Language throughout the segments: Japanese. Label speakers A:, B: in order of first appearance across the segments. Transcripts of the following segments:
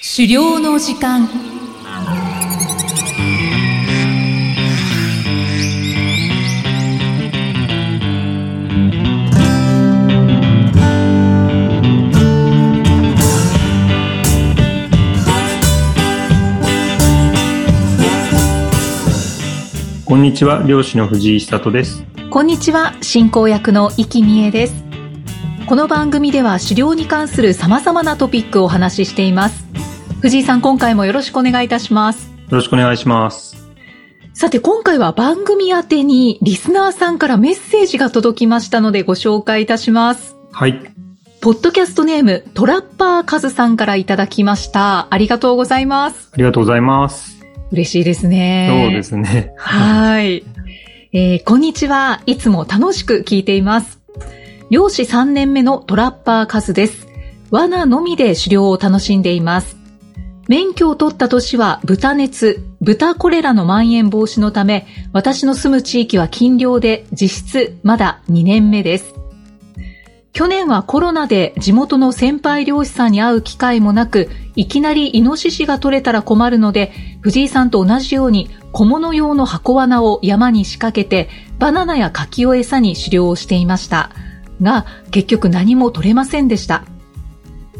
A: 狩猟の時間
B: こんにちは、漁師の藤井久人です。
A: こんにちは進行役の生きみえですこの番組では狩猟に関するさまざまなトピックをお話ししています藤井さん今回もよろしくお願いいたします
B: よろしくお願いします。
A: さて今回は番組宛てにリスナーさんからメッセージが届きましたのでご紹介いたします
B: はい、
A: ポッドキャストネームトラッパーカズさんからいただきましたありがとうございます
B: ありがとうございます。
A: 嬉しいですね
B: そうですね。
A: はい。えーこんにちは。いつも楽しく聞いています。漁師3年目のトラッパーカズです。罠のみで狩猟を楽しんでいます。免許を取った年は豚熱、豚コレラの蔓延防止のため、私の住む地域は禁漁で、実質まだ2年目です。去年はコロナで地元の先輩漁師さんに会う機会もなく、いきなりイノシシが取れたら困るので、藤井さんと同じように小物用の箱罠を山に仕掛けて、バナナや柿を餌に狩猟をしていました。が、結局何も取れませんでした。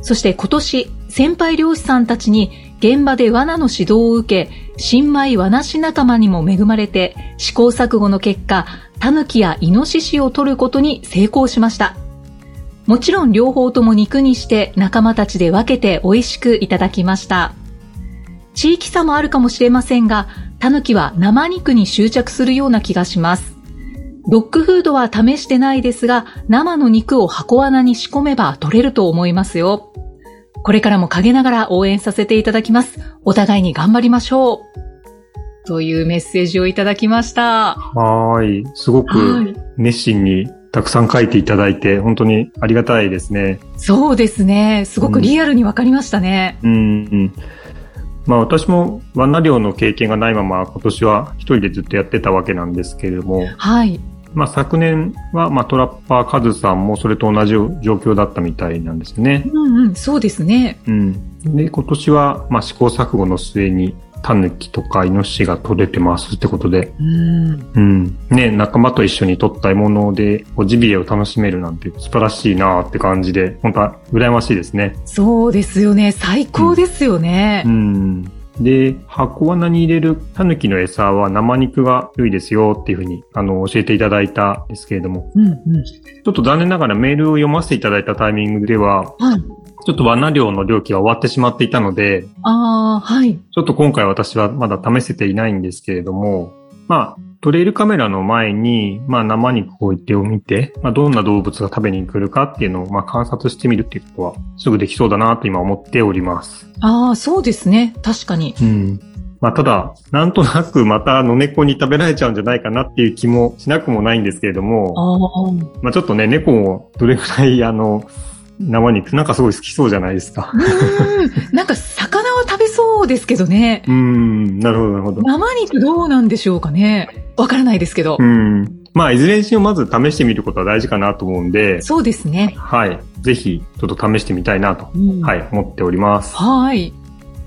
A: そして今年、先輩漁師さんたちに現場で罠の指導を受け、新米罠師仲間にも恵まれて、試行錯誤の結果、タヌキやイノシシを取ることに成功しました。もちろん両方とも肉にして仲間たちで分けて美味しくいただきました。地域差もあるかもしれませんが、タヌキは生肉に執着するような気がします。ドッグフードは試してないですが、生の肉を箱穴に仕込めば取れると思いますよ。これからも陰ながら応援させていただきます。お互いに頑張りましょう。というメッセージをいただきました。
B: はーい。すごく
A: い。
B: 熱心にたくさん書いていただいて、本当にありがたいですね。
A: そうですね。すごくリアルにわかりましたね。
B: うん、うん。まあ私も罠漁の経験がないまま今年は一人でずっとやってたわけなんですけれども、
A: はい。
B: まあ昨年はまあトラッパーカズさんもそれと同じ状況だったみたいなんですよね。
A: うんうん、そうですね。
B: うん。で、今年は、まあ、試行錯誤の末に、タヌキとかイノシシが取れてますってことで、
A: うん。
B: うん。ね、仲間と一緒に取った獲物で、こうジビエを楽しめるなんて素晴らしいなーって感じで、本当は羨ましいですね。
A: そうですよね。最高ですよね
B: う。ん。で、箱罠に入れるタヌキの餌は生肉が良いですよっていうふうに、あの、教えていただいたんですけれども、
A: うん、うん。
B: ちょっと残念ながらメールを読ませていただいたタイミングでは、
A: はい。
B: ちょっと罠漁の漁期が終わってしまっていたので、
A: ああ、はい。
B: ちょっと今回私はまだ試せていないんですけれども、まあ、トレイルカメラの前に、まあ、生肉を置いてを見て、まあ、どんな動物が食べに来るかっていうのを、まあ、観察してみるっていうことは、すぐできそうだなと今思っております。
A: ああ、そうですね。確かに。
B: うん。まあ、ただ、なんとなくまた野猫に食べられちゃうんじゃないかなっていう気もしなくもないんですけれども、
A: ああ、
B: まあ、ちょっとね、猫もどれくらい、あの、生肉、なんかすごい好きそうじゃないですか。
A: うん。なんか、魚は食べそうですけどね。
B: うん、なるほど、なるほど。
A: 生肉どうなんでしょうかね。わからないですけど
B: う。ん。まあ、いずれにしろまず試してみることは大事かなと思うんで、
A: そうですね。
B: はい。ぜひ、ちょっと試してみたいなと、
A: うん
B: はい、思っております。
A: はい。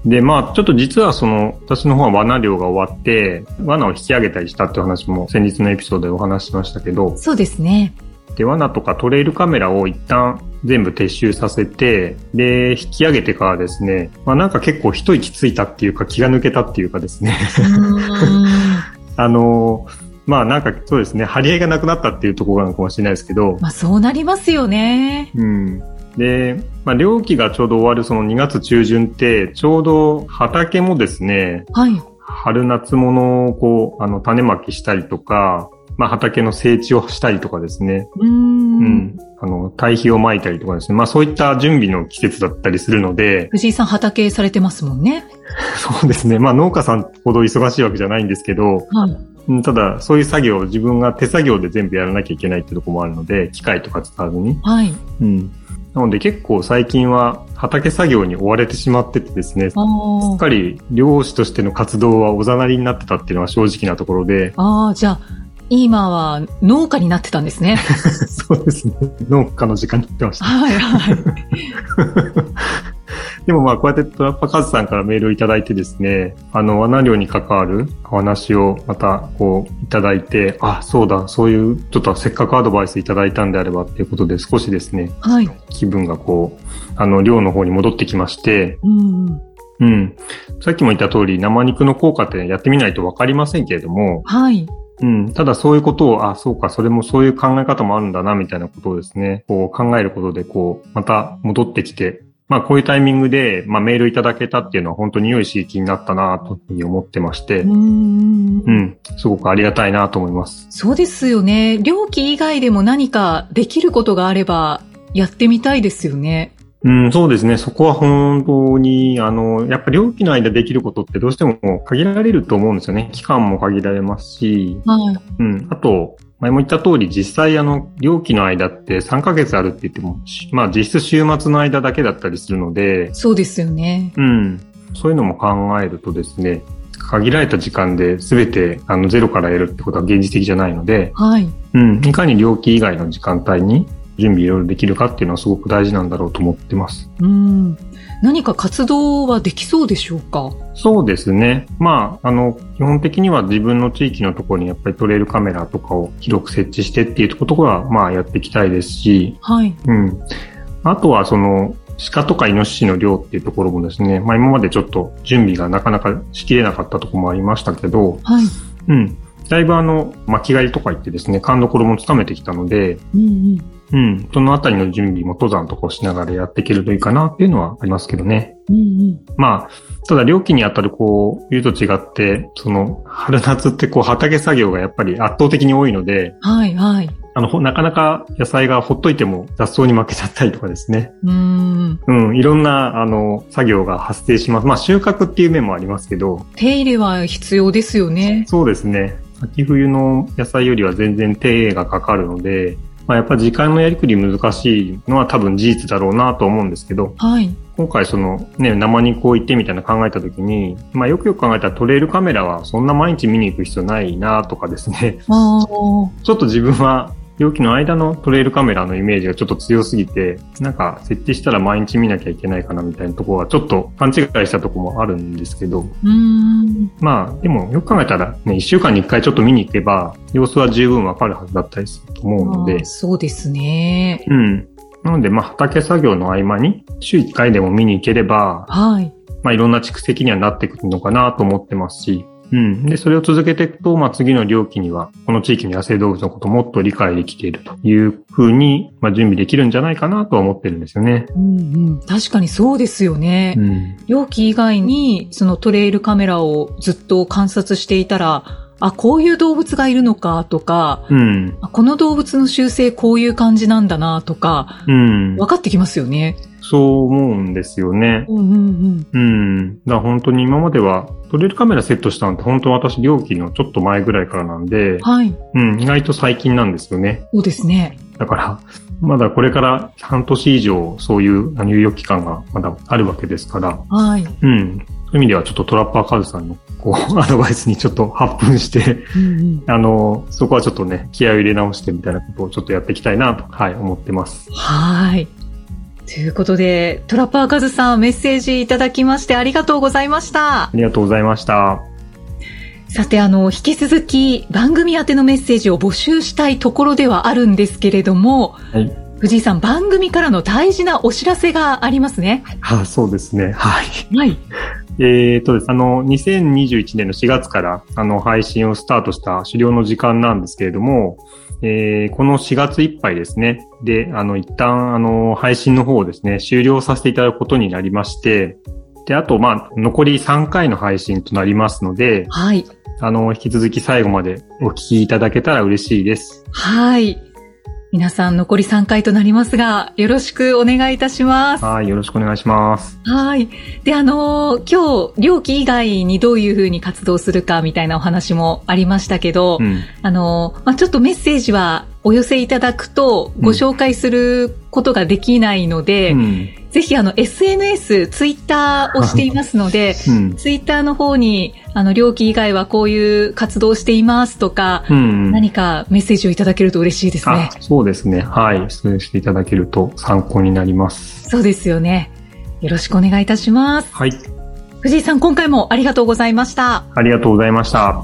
B: で、まあ、ちょっと実はその、私の方は罠漁が終わって、罠を引き上げたりしたっていう話も先日のエピソードでお話ししましたけど、
A: そうですね。
B: で、罠とかトレイルカメラを一旦全部撤収させて、で、引き上げてからですね、まあなんか結構一息ついたっていうか気が抜けたっていうかですね、
A: うーん。
B: あのまあなんかそうですね、張り合いがなくなったっていうところなのかもしれないですけど、
A: まあ、そうなりますよね。
B: うん。で、まあ、漁期がちょうど終わるその2月中旬って、ちょうど畑もですね、
A: はい。
B: 春夏物をこう、あの、種まきしたりとか、まあ、畑の整地をしたりとかですね、
A: うー
B: うんん。。あの、堆肥をまいたりとかですね、まあ、そういった準備の季節だったりするので、
A: 藤井さん畑されてますもんね。
B: そうですね、まあ、農家さんほど忙しいわけじゃないんですけど、
A: はい。
B: うんただ、そういう作業を自分が手作業で全部やらなきゃいけないってとこもあるので、機械とか使わずに。
A: はい。
B: うん。なので結構最近は畑作業に追われてしまっててですね、す
A: あ
B: っ
A: ー、
B: かり漁師としての活動はおざなりになってたっていうのは正直なところで
A: あー、じゃあ、今は農家になってたんですね。
B: そうですね、農家の時間になってました。
A: はいはい。
B: でもまあ、こうやってトラッパカズさんからメールをいただいてですね、あの、罠量に関わるお話をまた、こう、いただいて、あ、そうだ、そういう、ちょっとせっかくアドバイスいただいたんであればっていうことで、少しですね、
A: はい。
B: 気分がこう、あの、量の方に戻ってきまして、
A: うんうん。
B: うん。さっきも言った通り、生肉の効果ってやってみないとわかりませんけれども、
A: はい。
B: うん。ただそういうことを、あ、そうか、それもそういう考え方もあるんだな、みたいなことをですね、こう考えることで、こう、また戻ってきて、まあこういうタイミングで、まあメールいただけたっていうのは本当に良い刺激になったな、というふうに思ってまして
A: う、ん
B: う。ん。すごくありがたいなと思います。
A: そうですよね。料金以外でも何かできることがあれば、やってみたいですよね。
B: うん、そうですね。そこは本当に、あの、やっぱ料金の間できることってどうしても限られると思うんですよね。期間も限られますし、
A: はい。
B: うん。あと、前も言った通り、実際、あの、料金の間って3ヶ月あるって言っても、しまあ実質週末の間だけだったりするので、
A: そうですよね。
B: うん。そういうのも考えるとですね、限られた時間で全て、あの、ゼロからやるってことは現実的じゃないので、
A: はい。
B: うん。いかに料金以外の時間帯に準備いろいろできるかっていうのはすごく大事なんだろうと思ってます。
A: うん。何か活動はできそうでしょうか
B: そうですね。まあ、あの、基本的には自分の地域のところにやっぱりトレイルカメラとかを広く設置してっていうところは、まあやっていきたいですし、
A: はい。
B: うん。あとはその、鹿とかイノシシの量っていうところもですね、まあ今までちょっと準備がなかなかしきれなかったところもありましたけど、
A: はい。
B: うん。だいぶあの、巻き狩りとか行ってですね、勘どころもつかめてきたので、
A: うん
B: うん。そのあたりの準備も登山とかをしながらやっていけるといいかなっていうのはありますけどね。
A: うん。うんうん。
B: まあ、ただ料金に当たるこう、冬と違って、その、春夏ってこう、畑作業がやっぱり圧倒的に多いので、
A: はい、はい。
B: あの、ほなかなか野菜がほっといても雑草に負けちゃったりとかですね。
A: うん。
B: うん、いろんな、あの、作業が発生します。まあ、収穫っていう面もありますけど、
A: 手入れは必要ですよね。
B: そうですね。秋冬の野菜よりは全然手入れがかかるので、まあ、やっぱ時間のやりくり難しいのは多分事実だろうなと思うんですけど、
A: はい。
B: 今回そのね、生肉を行ってみたいな考えた時に、まあよくよく考えたらトレイルカメラはそんな毎日見に行く必要ないなとかですね、
A: ああ。
B: ちょっと自分は容器の間のトレイルカメラのイメージがちょっと強すぎて、なんか設置したら毎日見なきゃいけないかなみたいなところはちょっと勘違いしたところもあるんですけど、
A: うん。
B: まあでもよく考えたらね、一週間に一回ちょっと見に行けば様子は十分わかるはずだったりすると思うの
A: あ
B: で
A: ー、そうですね。
B: うん。なのでまあ畑作業の合間に週一回でも見に行ければ、
A: はい。
B: まあ、いろんな蓄積にはなってくるのかなと思ってますし、うん。で、それを続けていくと、まあ、次の猟期には、この地域の野生動物のことをもっと理解できているというふうに、まあ、準備できるんじゃないかなとは思ってるんですよね。
A: うんうん。確かにそうですよね。
B: うん。
A: 容器以外に、そのトレイルカメラをずっと観察していたら、あ、こういう動物がいるのかとか、
B: うん。
A: あこの動物の習性こういう感じなんだなとか、
B: うん。
A: 分かってきますよね。
B: そう思うんですよね。
A: うんうんうん。
B: うん。だから本当に今までは、トレイルカメラセットしたのって本当私、猟期のちょっと前ぐらいからなんで、
A: はい。
B: うん、意外と最近なんですよね。
A: そうですね。
B: だから、まだこれから半年以上、そういうあの有力期間がまだあるわけですから、
A: はい。
B: うん。そういう意味ではちょっとトラッパーカズさんのこう アドバイスにちょっと発奮して、
A: うんうん。
B: あの、そこはちょっとね、気合を入れ直してみたいなことをちょっとやっていきたいなと、はい、思ってます。
A: はい。ということで、トラパーカズさんメッセージいただきましてありがとうございました
B: あ。りがとうございました。
A: さて、あの、引き続き番組宛てのメッセージを募集したいところではあるんですけれども、
B: はい
A: 藤井さん、番組からの大事なお知らせがありますね。
B: あ、そうですね。はい。
A: はい。
B: えー、とですねあの、2021年の4月から、あの、配信をスタートした狩猟の時間なんですけれども、えーこの4月いっぱいですね。で、あの、一旦、あの、配信の方をですね、終了させていただくことになりまして、で、あと、まあ、残り3回の配信となりますので、
A: はい。
B: あの、引き続き最後までお聞きいただけたら嬉しいです。
A: はい。皆さん残り3回となりますが、よろしくお願いいたします。
B: はい、よろしくお願いします。
A: はい。で、あのー今日、料金以外にどういうふうに活動するかみたいなお話もありましたけど、
B: うん。
A: あのーまあ、ちょっとメッセージはお寄せいただくと
B: うん
A: ご紹介することができないので、
B: うん。
A: ぜひあの SNS、ツイッターをしていますので、
B: うん。
A: ツイッターの方に、あの、料金以外はこういう活動をしていますとか、
B: うん。
A: 何かメッセージをいただけると嬉しいですね
B: あ。、そうですね。はい。失礼していただけると参考になります。
A: そうですよね。よろしくお願いいたします。
B: はい。
A: 藤井さん、今回もありがとうございました。
B: ありがとうございました。